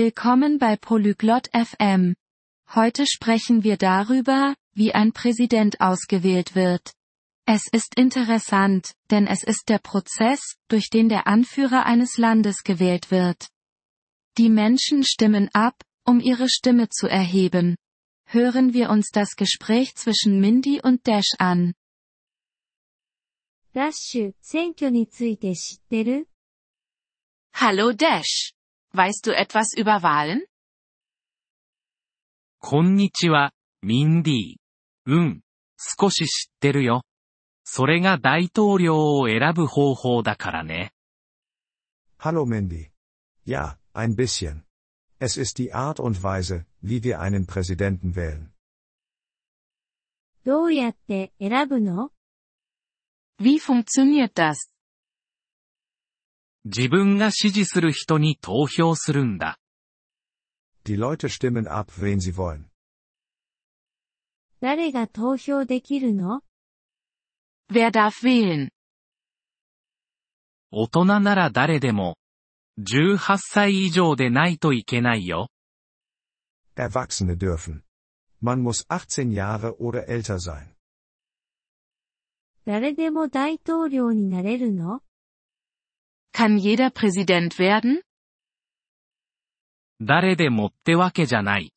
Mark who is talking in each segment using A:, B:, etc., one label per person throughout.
A: Willkommen bei Polyglot FM. Heute sprechen wir darüber, wie ein Präsident ausgewählt wird. Es ist interessant, denn es ist der Prozess, durch den der Anführer eines Landes gewählt wird. Die Menschen stimmen ab, um ihre Stimme zu erheben. Hören wir uns das Gespräch zwischen Mindy und Dash an.
B: ダッシュ、選挙について知ってる
A: Hallo Dash. Weißt du etwas über Wahlen?
C: こんにちは、ミンディー。うん。少し知ってるよ。それが大統領を選ぶ方法だからね。
D: Hallo Mandy. Ja, ein bisschen. Es ist die Art und Weise, wie wir einen Präsidenten wählen.
B: どうやって選ぶの
A: Wie funktioniert das?
C: 自分が支持する人に投票するんだ。
D: Die Leute stimmen ab, wen sie wollen.
B: 誰が投票できるの
A: Wer darf wählen?
C: 大人なら誰でも。18歳以上でないといけないよ。
D: Erwachsene dürfen. Man muss 18 Jahre oder älter sein.
B: 誰でも大統領になれるの
A: Kann jeder Präsident werden?
C: 誰でもってわけじゃない。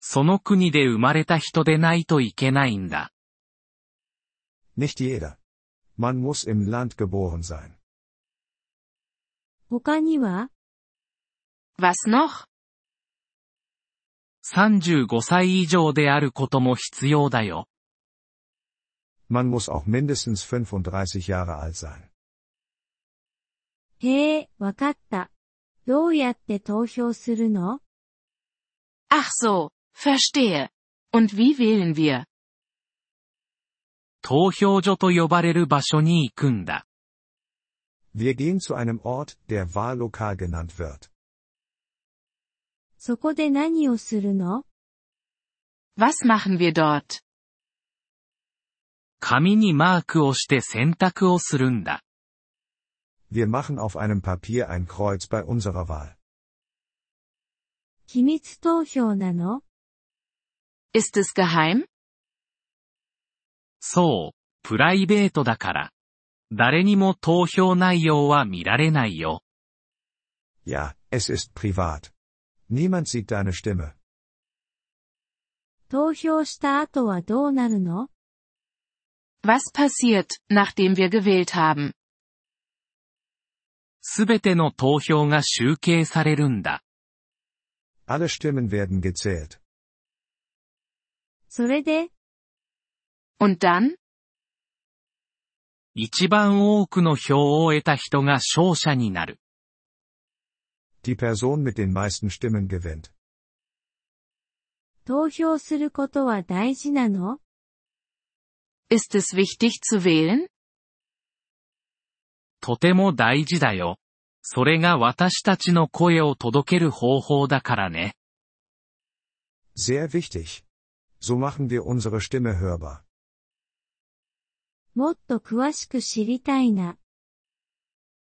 C: その国で生まれた人でないといけないんだ。
D: Nicht jeder. Man muss im Land geboren sein.
B: 他には
A: Was noch?
C: 35歳以上であることも必要だよ。
D: Man muss auch mindestens 35 Jahre alt sein.
B: へえ、わかった。どうやって投票するの
A: Ach so, verstehe. Und wie wählen wir?
C: 投票所と呼ばれる場所に行くんだ。
D: Wir gehen zu einem Ort, der Wahllokal genannt wird.
B: そこで何をするの
A: Was machen wir dort?
C: 紙にマークをして選択をするんだ。
D: Wir machen auf einem Papier ein Kreuz bei unserer Wahl.
B: 秘密投票なの
A: Ist es geheim?
C: そう、プライベートだから。誰にも投票内容は見られないよ。
D: Ja, es ist privat. Niemand sieht deine Stimme.
B: 投票した後はどうなるの
A: Was passiert, nachdem wir gewählt haben?
C: すべての投票が集計されるんだ。
D: Alle Stimmen werden gezählt.
B: それで、
A: Und dann?
C: 一番多くの票を得た人が勝者になる。
D: Die Person mit den meisten Stimmen gewinnt.
B: 投票することは大事なの
A: Ist es wichtig zu wählen?
C: とても大事だよ。それが私たちの声を届ける方法だからね。
D: Sehr wichtig. So machen wir unsere Stimme hörbar.
B: もっと詳しく知りたいな。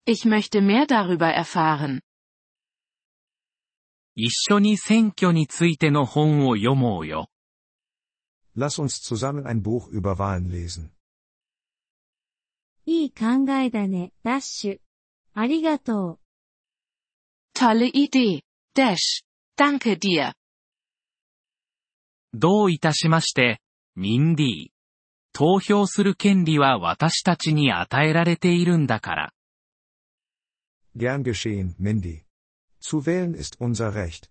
A: Ich möchte mehr darüber erfahren.
C: 一緒に選挙についての本を読もうよ。
D: Lass uns zusammen ein Buch über Wahlen lesen.
B: いい考えだね、ダッシュ。ありがとう。
A: Tolle Idee. Dash. Danke dir.
C: どういたしまして、ミンディー。投票する権利は私たちに与えられているんだから。
D: Gern geschehen, Mindy. Zu wählen ist unser Recht.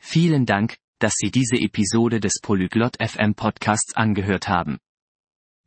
E: Vielen Dank, dass Sie diese Episode des Polyglot FM Podcasts angehört haben.